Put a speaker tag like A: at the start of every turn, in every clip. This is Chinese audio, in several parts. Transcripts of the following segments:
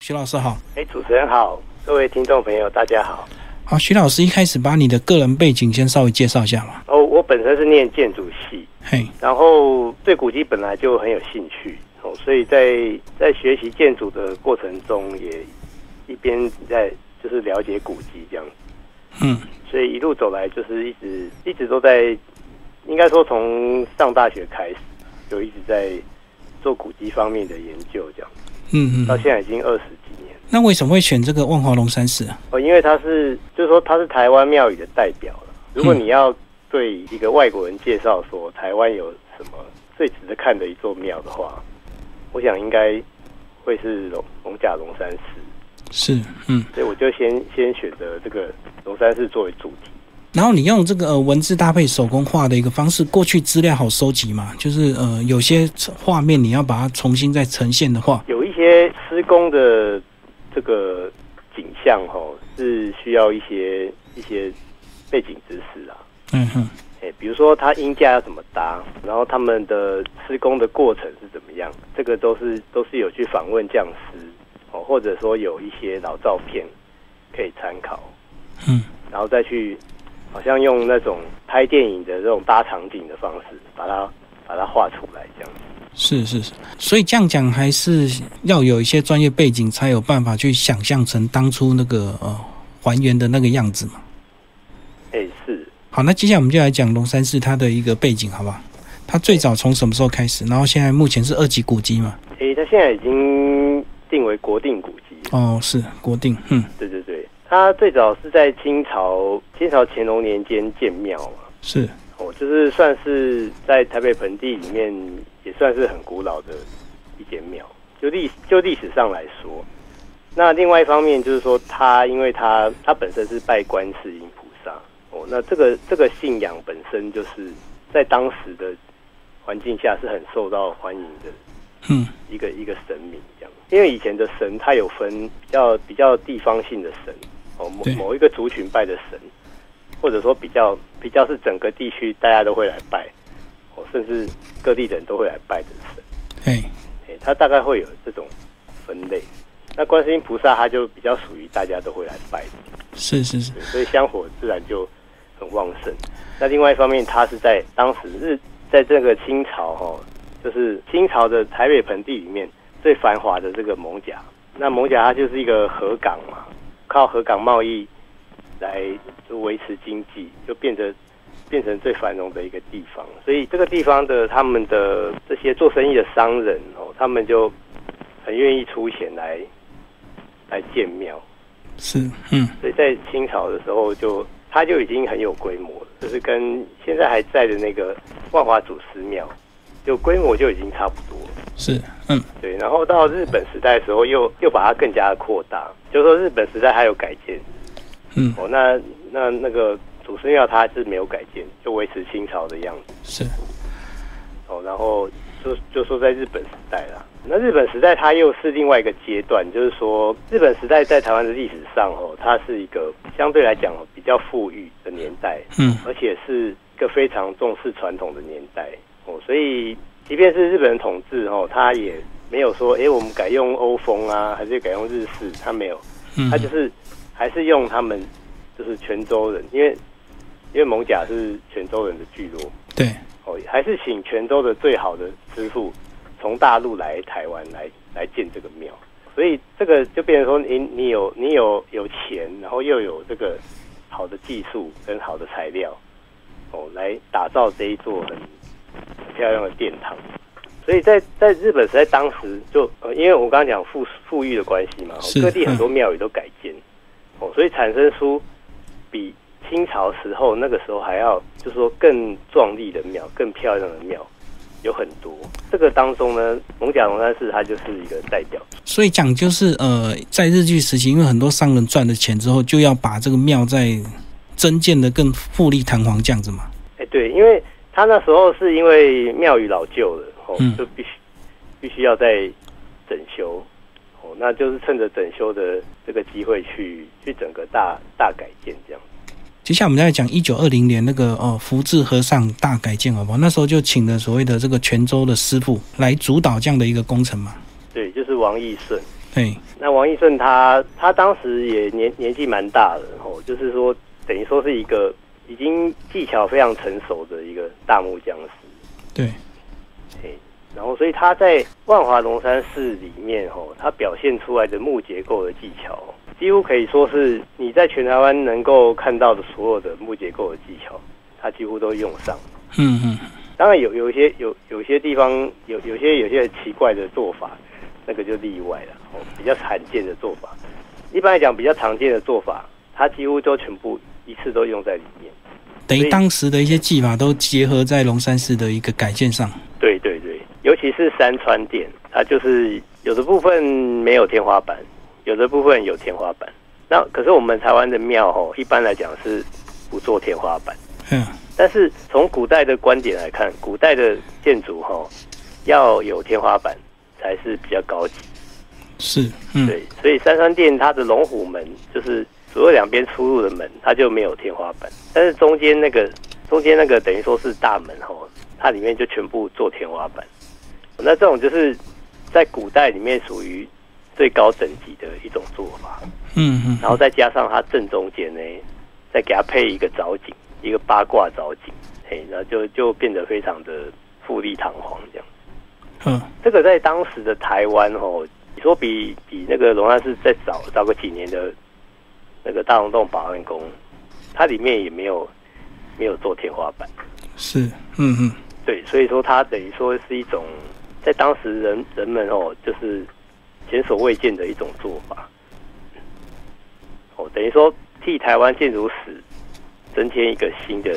A: 徐老师好。
B: 哎，主持人好，各位听众朋友，大家好。
A: 好，徐老师一开始把你的个人背景先稍微介绍一下嘛。
B: 哦，我本身是念建筑系，
A: 嘿，
B: 然后对古迹本来就很有兴趣，哦，所以在在学习建筑的过程中，也一边在就是了解古迹这样，
A: 嗯，
B: 所以一路走来就是一直一直都在，应该说从上大学开始就一直在做古迹方面的研究这样，
A: 嗯
B: 到
A: 嗯。
B: 现在已经二十几年。
A: 那为什么会选这个万华龙山寺啊？
B: 哦，因为他是，就是说他是台湾庙宇的代表了。如果你要对一个外国人介绍说台湾有什么最值得看的一座庙的话，我想应该会是龙龙甲龙山寺，
A: 是，嗯。
B: 所以我就先先选择这个龙山寺作为主题。
A: 然后你用这个呃文字搭配手工画的一个方式，过去资料好收集嘛，就是呃有些画面你要把它重新再呈现的话，
B: 有一些施工的这个景象哦，是需要一些一些背景知识啊。
A: 嗯哼，
B: 哎，比如说它音架要怎么搭，然后他们的施工的过程是怎么样，这个都是都是有去访问匠师哦，或者说有一些老照片可以参考，
A: 嗯，
B: 然后再去好像用那种拍电影的这种搭场景的方式，把它把它画出来这样。
A: 是是是。所以这样讲还是要有一些专业背景，才有办法去想象成当初那个呃还原的那个样子嘛。
B: 哎，是
A: 好，那接下来我们就来讲龙山寺它的一个背景，好不好？它最早从什么时候开始？然后现在目前是二级古迹嘛？
B: 哎，它现在已经定为国定古迹了。
A: 哦，是国定，嗯，
B: 对对对，它最早是在清朝清朝乾隆年间建庙嘛。
A: 是，
B: 哦，就是算是在台北盆地里面，也算是很古老的一间庙。就历就历史上来说，那另外一方面就是说，它因为它它本身是拜观世音菩萨哦，那这个这个信仰本身就是在当时的环境下是很受到欢迎的
A: 嗯，
B: 一个一个神明这样。因为以前的神它有分比较比较地方性的神哦，某
A: 对
B: 某一个族群拜的神，或者说比较比较是整个地区大家都会来拜，哦，甚至各地的人都会来拜的神。
A: 哎，
B: 哎，它大概会有这种分类。那观世音菩萨它就比较属于大家都会来拜的，
A: 是是是，
B: 对所以香火自然就很旺盛。那另外一方面，它是在当时日在这个清朝哦，就是清朝的台北盆地里面最繁华的这个蒙甲。那蒙甲它就是一个河港嘛，靠河港贸易来就维持经济，就变得变成最繁荣的一个地方。所以这个地方的他们的这些做生意的商人哦，他们就很愿意出钱来来建庙。
A: 是，嗯，
B: 所以在清朝的时候就它就已经很有规模了，就是跟现在还在的那个万华祖师庙，就规模就已经差不多了。
A: 是，嗯，
B: 对，然后到日本时代的时候又，又把它更加的扩大，就是说日本时代还有改建
A: 嗯，
B: 哦，那那那个祖师庙它是没有改建，就维持清朝的样子
A: 是，
B: 哦，然后就就说在日本时代啦，那日本时代它又是另外一个阶段，就是说日本时代在台湾的历史上哦，它是一个相对来讲哦比较富裕的年代，
A: 嗯，
B: 而且是一个非常重视传统的年代哦，所以即便是日本人统治哦，他也没有说诶我们改用欧风啊，还是改用日式，他没有，
A: 嗯
B: 他，就是还是用他们就是泉州人，因为因为蒙甲是泉州人的聚落
A: 对，
B: 哦，还是请泉州的最好的师傅从大陆来台湾来来建这个庙，所以这个就变成说你你有你有有钱，然后又有这个好的技术跟好的材料，哦，来打造这一座很很漂亮的殿堂。所以在在日本时代当时就，呃、因为我刚刚讲富富裕的关系嘛，
A: 是
B: 哦各地很多庙宇都改建，哦，所以产生出比清朝时候那个时候还要，就是说更壮丽的庙、更漂亮的庙有很多。这个当中呢，蒙甲龙山寺它就是一个代表。
A: 所以讲就是呃，在日据时期，因为很多商人赚了钱之后，就要把这个庙再增建的更富丽堂皇这样子嘛，
B: 哎，对，因为他那时候是因为庙宇老旧了，哦
A: 嗯，
B: 就必须必须要再整修，哦，那就是趁着整修的这个机会去去整个大大改建这样。
A: 接下来我们再来讲一九二零年那个哦福智和尚大改建好不好？那时候就请了所谓的这个泉州的师傅来主导这样的一个工程嘛。
B: 对，就是王义顺，
A: 对，
B: 那王义顺他他当时也年年纪蛮大的哦，就是说等于说是一个已经技巧非常成熟的一个大木匠师，
A: 对，
B: 嘿，然后所以他在万华龙山寺里面哦，他表现出来的木结构的技巧，几乎可以说是你在全台湾能够看到的所有的木结构的技巧，他几乎都用上。
A: 嗯嗯，
B: 当然有有一些有有些地方有有些有些很奇怪的做法，那个就例外了，哦，比较罕见的做法。一般来讲，比较常见的做法，它几乎都全部一次都用在里面。
A: 等于
B: 所以
A: 当时的一些技法都结合在龙山寺的一个改建上。
B: 对对对，尤其是山川殿，它就是有的部分没有天花板，有的部分有天花板。那可是我们台湾的庙哦，一般来讲是不做天花板。
A: 嗯，
B: 但是从古代的观点来看，古代的建筑哈、要有天花板才是比较高级。
A: 是，嗯，
B: 对，所以三山殿它的龙虎门就是左右两边出入的门，它就没有天花板，但是中间那个中间那个等于说是大门吼，它里面就全部做天花板。那这种就是在古代里面属于最高等级的一种做法，
A: 嗯嗯，
B: 然后再加上它正中间呢，再给它配一个藻井，一个八卦藻井，嘿，然后就就变得非常的富丽堂皇这样。
A: 嗯，
B: 这个在当时的台湾哦，你说比比那个龙山寺再早早个几年的那个大龙洞保安宫，它里面也没有没有做天花板，
A: 是，嗯嗯，
B: 对，所以说它等于说是一种在当时人人们哦，就是前所未见的一种做法，哦，等于说替台湾建筑史增添一个新的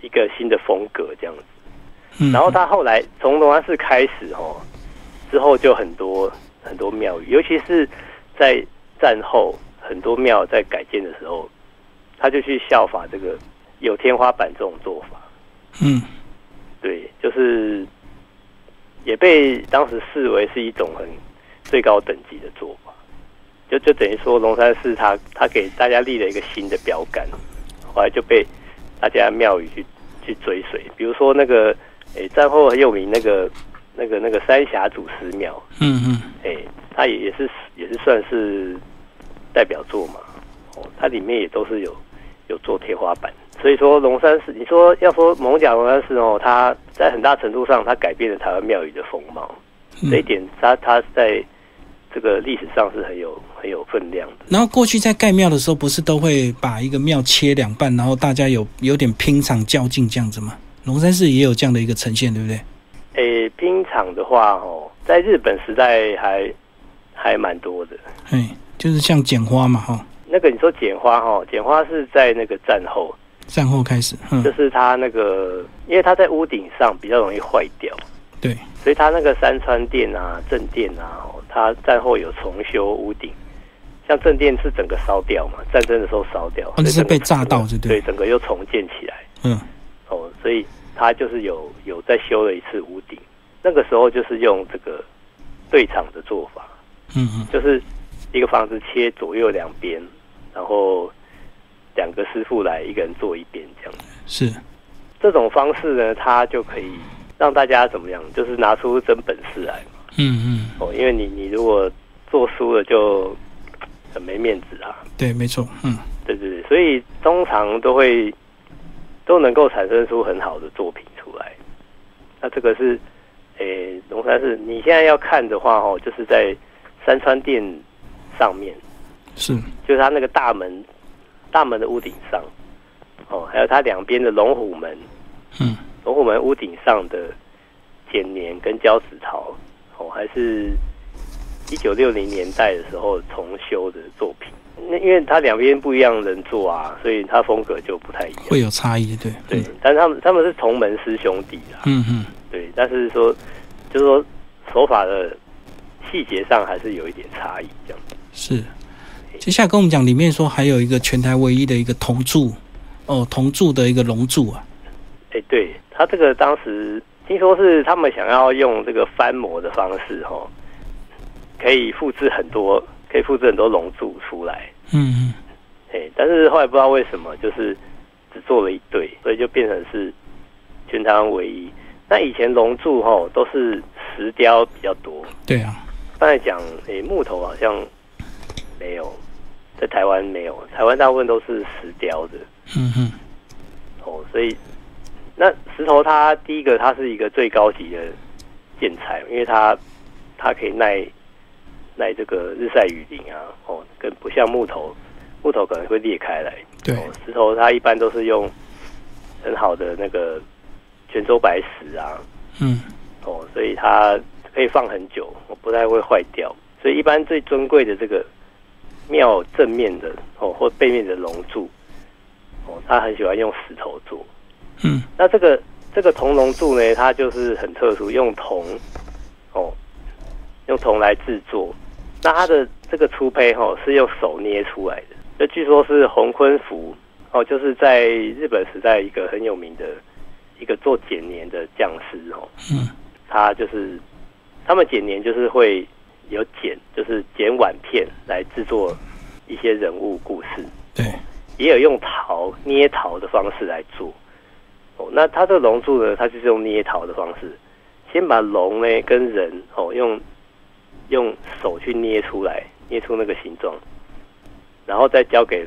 B: 一个新的风格这样子。
A: 嗯，
B: 然后他后来从龙安寺开始哦，之后就很多很多庙宇，尤其是在战后很多庙在改建的时候，他就去效法这个有天花板这种做法，
A: 嗯，
B: 对，就是也被当时视为是一种很最高等级的做法，就就等于说龙山寺他他给大家立了一个新的标杆，后来就被大家庙宇去去追随，比如说那个诶、战后很有名那个那个那个三峡祖师庙，
A: 嗯嗯，
B: 诶、哎它也也是也是算是代表作嘛，哦，它里面也都是有有做天花板，所以说龙山寺，你说要说蒙甲龙山寺哦，它在很大程度上它改变了台湾庙宇的风貌，
A: 嗯
B: 这一点它它在这个历史上是很有很有分量的，
A: 然后过去在盖庙的时候，不是都会把一个庙切两半，然后大家有有点拼场较劲这样子吗？龙山寺也有这样的一个呈现，对不对？
B: 诶、冰哎场的话哦，在日本时代还还蛮多的。
A: 哎，就是像剪花嘛，哈、
B: 那个你说剪花哈、哦，剪花是在那个战后，
A: 战后开始，嗯
B: 就，是它那个，因为它在屋顶上比较容易坏掉，
A: 对，
B: 所以它那个山川殿啊、正殿啊，哦它战后有重修屋顶。像正殿是整个烧掉嘛，战争的时候烧掉，
A: 那哦是
B: 所以整个
A: 被炸到就对
B: 对，整个又重建起来
A: 嗯，
B: 哦，所以它就是有有再修了一次屋顶，那个时候就是用这个对场的做法，
A: 嗯嗯，
B: 就是一个房子切左右两边，然后两个师傅来，一个人做一边这样。
A: 是，
B: 这种方式呢，它就可以让大家怎么样，就是拿出真本事来嘛
A: 嗯嗯，
B: 哦，因为你你如果做输了就很没面子啊，
A: 对，没错，嗯，
B: 对对对，所以通常都会都能够产生出很好的作品出来。那这个是，诶，龙山寺，你现在要看的话哦，就是在山川殿上面，
A: 是，
B: 就是它那个大门，大门的屋顶上，哦，还有它两边的龙虎门，
A: 嗯
B: 龙虎门屋顶上的剪年跟胶纸桃，哦，还是一九六零年代的时候重修的作品。那因为它两边不一样人做啊，所以它风格就不太一样。
A: 会有差异，对，
B: 对，但是他们他们是同门师兄弟啦，
A: 嗯嗯，
B: 对，但是说就是说手法的细节上还是有一点差异这样。
A: 是。接下来跟我们讲，里面说还有一个全台唯一的一个铜柱，哦，铜柱的一个龙柱啊，
B: 哎，对他这个当时听说是他们想要用这个翻模的方式，哦，可以复制很多，可以复制很多龙柱出来，
A: 嗯嗯，
B: 哎，但是后来不知道为什么，就是只做了一对，所以就变成是全哦台湾唯一。那以前龙柱吼都是石雕比较多，
A: 对啊，
B: 刚才讲诶、木头好像没有，在台湾没有，台湾大部分都是石雕的
A: 嗯哼，
B: 哦，所以那石头它第一个它是一个最高级的建材，因为它它可以耐耐这个日晒雨淋啊，哦，跟不像木头，木头可能会裂开来，
A: 对
B: 哦，石头它一般都是用很好的那个泉州白石啊，
A: 嗯
B: 哦，所以它可以放很久，不太会坏掉。所以一般最尊贵的这个庙正面的哦或背面的龙柱，哦，他很喜欢用石头做。
A: 嗯
B: 那这个这个铜龙柱呢，它就是很特殊，用铜哦，用铜来制作。那它的这个粗胚哦，是用手捏出来的，那据说是洪坤福哦，就是在日本时代一个很有名的一个做剪黏的匠师哦，
A: 嗯
B: 他就是他们剪黏就是会有剪，就是剪碗片来制作一些人物故事，
A: 对，
B: 也有用陶捏陶的方式来做。哦，那它这个龙柱呢，它就是用捏陶的方式，先把龙呢跟人哦用用手去捏出来，捏出那个形状，然后再交给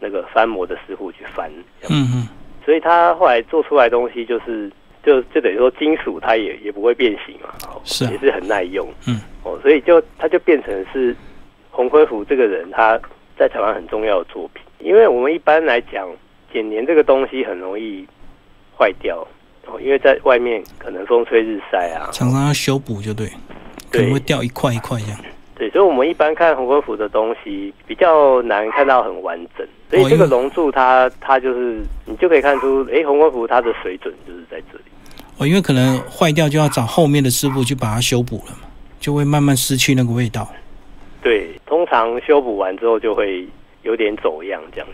B: 那个翻模的师傅去翻。这样
A: 嗯哼，
B: 所以他后来做出来的东西就是，就就等于说金属它也也不会变形嘛，哦
A: 是啊
B: 也是很耐用，
A: 嗯，
B: 哦，所以就它就变成是洪坤福这个人他在台湾很重要的作品，因为我们一般来讲剪黏这个东西很容易坏掉，哦，因为在外面可能风吹日晒啊，
A: 常常要修补就对，可能
B: 对
A: 会掉一块一块这样。
B: 对，所以我们一般看洪坤福的东西比较难看到很完整，所以
A: 哦
B: 这个
A: 因为
B: 龙柱它它就是你就可以看出，诶，洪坤福它的水准就是在这里。
A: 哦，因为可能坏掉就要找后面的师傅去把它修补了嘛，就会慢慢失去那个味道。
B: 对，通常修补完之后就会有点走样这样。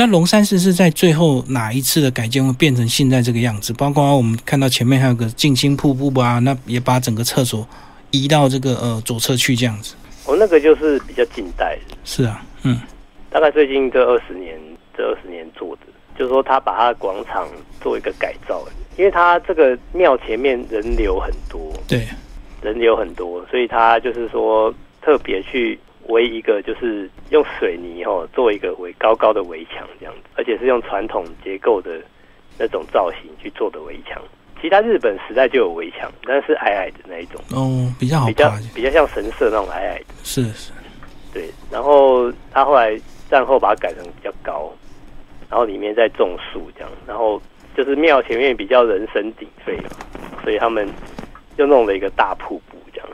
A: 那龙山寺是在最后哪一次的改建会变成现在这个样子？包括我们看到前面还有个静心瀑布啊，那也把整个厕所移到这个呃左侧去这样子。
B: 哦，那个就是比较近代的，
A: 是啊，嗯
B: 大概最近这二十年这二十年做的，就是说他把他的广场做一个改造，因为他这个庙前面人流很多，
A: 对，
B: 人流很多，所以他就是说特别去围一个，就是用水泥哦做一个围高高的围墙这样子，而且是用传统结构的那种造型去做的围墙。其他日本时代就有围墙，但是矮矮的那一种。
A: 哦，比较好
B: 比较
A: 爬，
B: 比较像神社那种矮矮的，
A: 是是，
B: 对。然后他后来战后把它改成比较高，然后里面再种树这样，然后就是庙前面比较人声鼎沸嘛，所以他们又弄了一个大瀑布这样，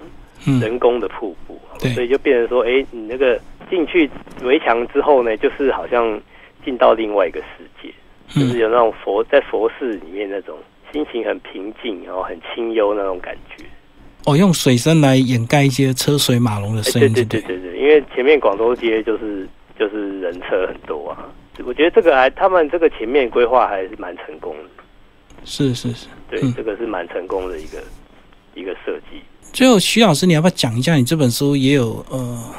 A: 嗯
B: 人工的瀑布，啊
A: 对
B: 所以就变成说，哎，你那个进去围墙之后呢，就是好像进到另外一个世界，就是
A: 嗯，
B: 有那种佛在佛寺里面那种心情很平静，然后很清幽那种感觉。
A: 哦，用水声来掩盖一些车水马龙的
B: 哎
A: 声
B: 对
A: 音，
B: 对
A: 就
B: 对对对，因为前面广州街就是就是人车很多啊，我觉得这个还他们这个前面规划还是蛮成功的，
A: 是是是。
B: 对，
A: 嗯
B: 这个是蛮成功的一个一个设计。
A: 最后，徐老师，你要不要讲一下？你这本书也有呃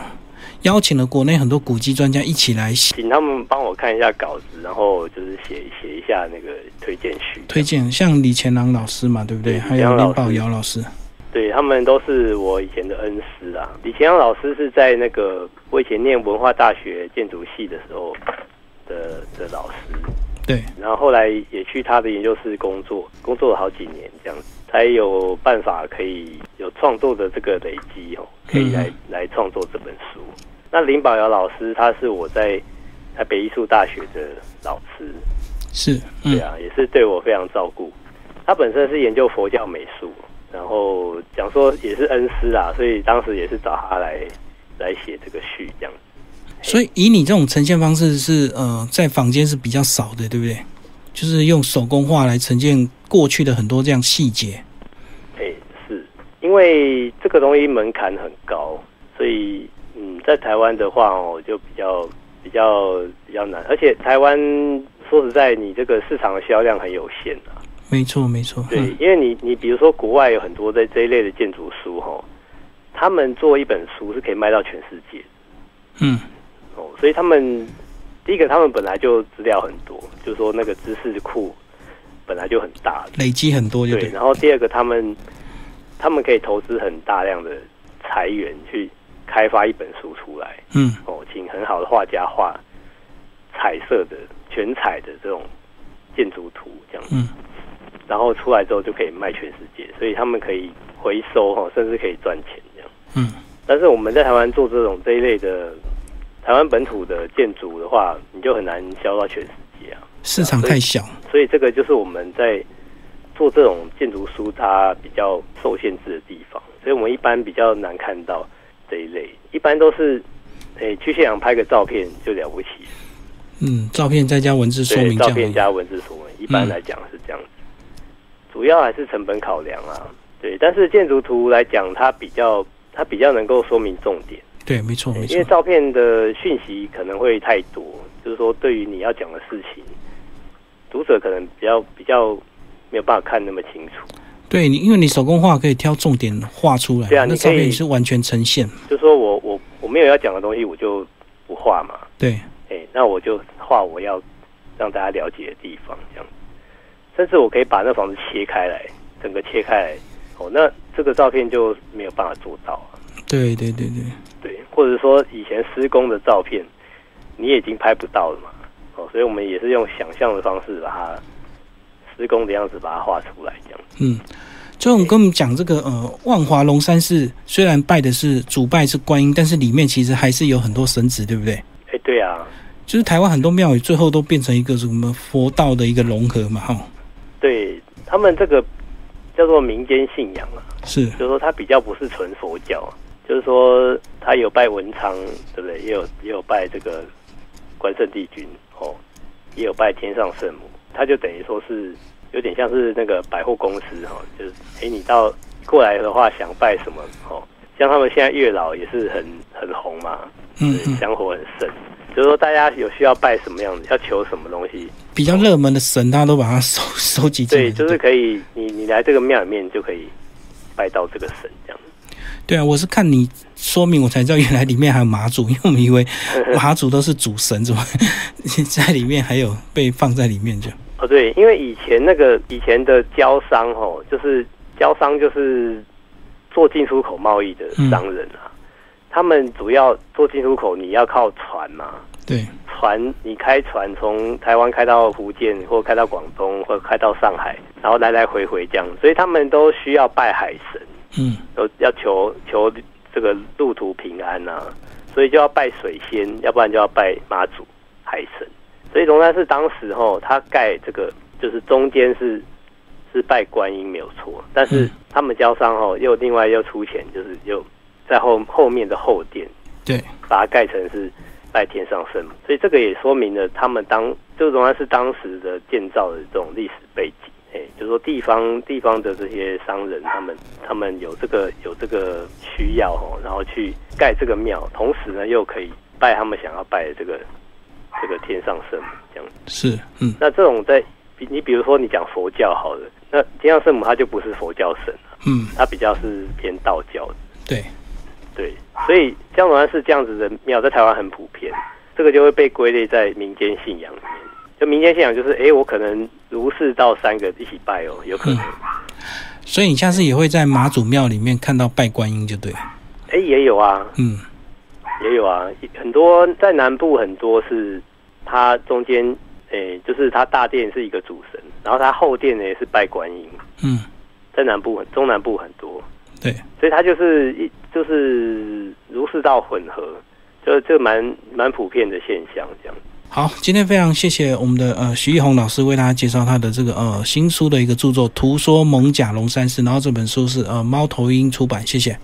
A: 邀请了国内很多古籍专家一起来写
B: 请他们帮我看一下稿子，然后就是写写一下那个推荐序。
A: 推荐，像李前郎老师嘛，对不对？
B: 对
A: 还有
B: 嗯李前郎
A: 林
B: 老师
A: 宝尧老师，
B: 对他们都是我以前的恩师啊。李乾阳老师是在那个我以前念文化大学建筑系的时候的的老师，
A: 对，
B: 然后后来也去他的研究室工作，工作了好几年这样子，才有办法可以有创作的这个累积哦，可以来、来创作这本书。那林宝尧老师他是我在台北艺术大学的老师，
A: 是，嗯
B: 对，啊，也是对我非常照顾。他本身是研究佛教美术，然后讲说也是恩师啦，所以当时也是找他来来写这个序这样子。
A: 所以以你这种呈现方式是呃，在坊间是比较少的，对不对？就是用手工画来呈现过去的很多这样细节。
B: 哎，是因为这个东西门槛很高，所以嗯，在台湾的话哦，就比较比较比较难，而且台湾说实在，你这个市场的销量很有限啊。
A: 没错，没错，
B: 对
A: 嗯，
B: 因为你你比如说国外有很多在这一类的建筑书哦，他们做一本书是可以卖到全世界
A: 嗯，
B: 哦，所以他们第一个他们本来就资料很多，就是说那个知识库本来就很大，
A: 累积很多就
B: 对，
A: 对。
B: 然后第二个他们他们可以投资很大量的财源去开发一本书出来。
A: 嗯
B: 哦，请很好的画家画彩色的全彩的这种建筑图，这样，
A: 嗯，
B: 然后出来之后就可以卖全世界，所以他们可以回收哈，哦甚至可以赚钱这样。
A: 嗯，
B: 但是我们在台湾做这种这一类的台湾本土的建筑的话，你就很难销到全世界啊。
A: 市场太小，
B: 所以这个就是我们在做这种建筑书它比较受限制的地方，所以我们一般比较难看到这一类，一般都是诶去现场拍个照片就了不起，
A: 嗯，照片再加文字说
B: 对，
A: 明这
B: 照片
A: 样而
B: 加文字说明，一般来讲是这样子，主要还是成本考量啊，对，但是建筑图来讲，它比较它比较能够说明重点。
A: 已，对，没错没
B: 因
A: 错
B: 为，照片的讯息可能会太多，就是说对于你要讲的事情，读者可能比较比较没有办法看那么清楚。
A: 对你，因为你手工画可以挑重点画出来，
B: 对啊
A: 那
B: 你可
A: 照
B: 以
A: 片也是完全呈现，
B: 就说我我我没有要讲的东西，我就不画嘛，
A: 对，
B: 哎、那我就画我要让大家了解的地方，这样。甚至我可以把那房子切开来，整个切开来，哦，那这个照片就没有办法做到啊。
A: 对对对对，
B: 对，或者说以前施工的照片，你也已经拍不到了嘛，哦，所以我们也是用想象的方式把它施工的样子把它画出来，这样子。
A: 嗯，就你跟我们讲这个呃，万华龙山寺虽然拜的是主拜是观音，但是里面其实还是有很多神职，对不对？
B: 哎，对啊，
A: 就是台湾很多庙宇最后都变成一个什么佛道的一个融合嘛，哈，
B: 对他们这个叫做民间信仰啊，
A: 是，
B: 就是说它比较不是纯佛教啊，就是说它有拜文昌，对不对？也有也有拜这个关圣帝君，哦，也有拜天上圣母，它就等于说是有点像是那个百货公司哈、哦，就是哎你到过来的话想拜什么哦，像他们现在月老也是很很红嘛，
A: 嗯
B: 对
A: 嗯，
B: 香火很盛，就是说大家有需要拜什么样子，要求什么东西，
A: 比较热门的神，大家都把它收 收集进来，
B: 对，就是可以你你来这个庙里面就可以拜到这个神这样。
A: 对啊，我是看你说明我才知道原来里面还有马祖， 因为我们以为马祖都是主神，怎么 在里面还有被放在里面就，
B: 哦，对，因为以前那个以前的交商哦，就是交商就是做进出口贸易的商人啊，他们主要做进出口，你要靠船嘛，
A: 对，
B: 船你开船从台湾开到福建，或开到广东，或开到上海，然后来来回回这样，所以他们都需要拜海神，
A: 嗯，
B: 都要求求这个路途平安啊，所以就要拜水仙，要不然就要拜妈祖海神。所以龙山寺当时吼，他盖这个就是中间是是拜观音没有错，但是
A: 嗯
B: 他们交商吼又另外又出钱，就是又在后后面的后殿
A: 对，
B: 把它盖成是拜天上圣母，所以这个也说明了他们当就仍然是当时的建造的这种历史背景。哎，就是说地方地方的这些商人，他们他们有这个有这个需要哦，然后去盖这个庙，同时呢又可以拜他们想要拜的这个这个天上圣母这样。
A: 是，嗯，
B: 那这种在比你比如说你讲佛教好了，那天上圣母它就不是佛教神了，
A: 嗯，
B: 它比较是偏道教的。
A: 对，
B: 对，所以江龙山寺这样子的庙在台湾很普遍，这个就会被归类在民间信仰里面。就民间信仰就是，哎、我可能如是到三个一起拜哦，有可能，
A: 所以你下次也会在马祖庙里面看到拜观音就对了，
B: 哎、也有啊，
A: 嗯，
B: 也有啊，很多在南部很多是它中间，哎、就是它大殿是一个主神，然后它后殿呢也是拜观音，
A: 嗯，
B: 在南部很中南部很多，
A: 对，
B: 所以它就是一就是儒释道混合，就这蛮蛮普遍的现象这样。
A: 好，今天非常谢谢我们的呃徐艺红老师为大家介绍他的这个呃新书的一个著作《图说蒙甲龙山寺》，然后这本书是呃猫头鹰出版，谢谢。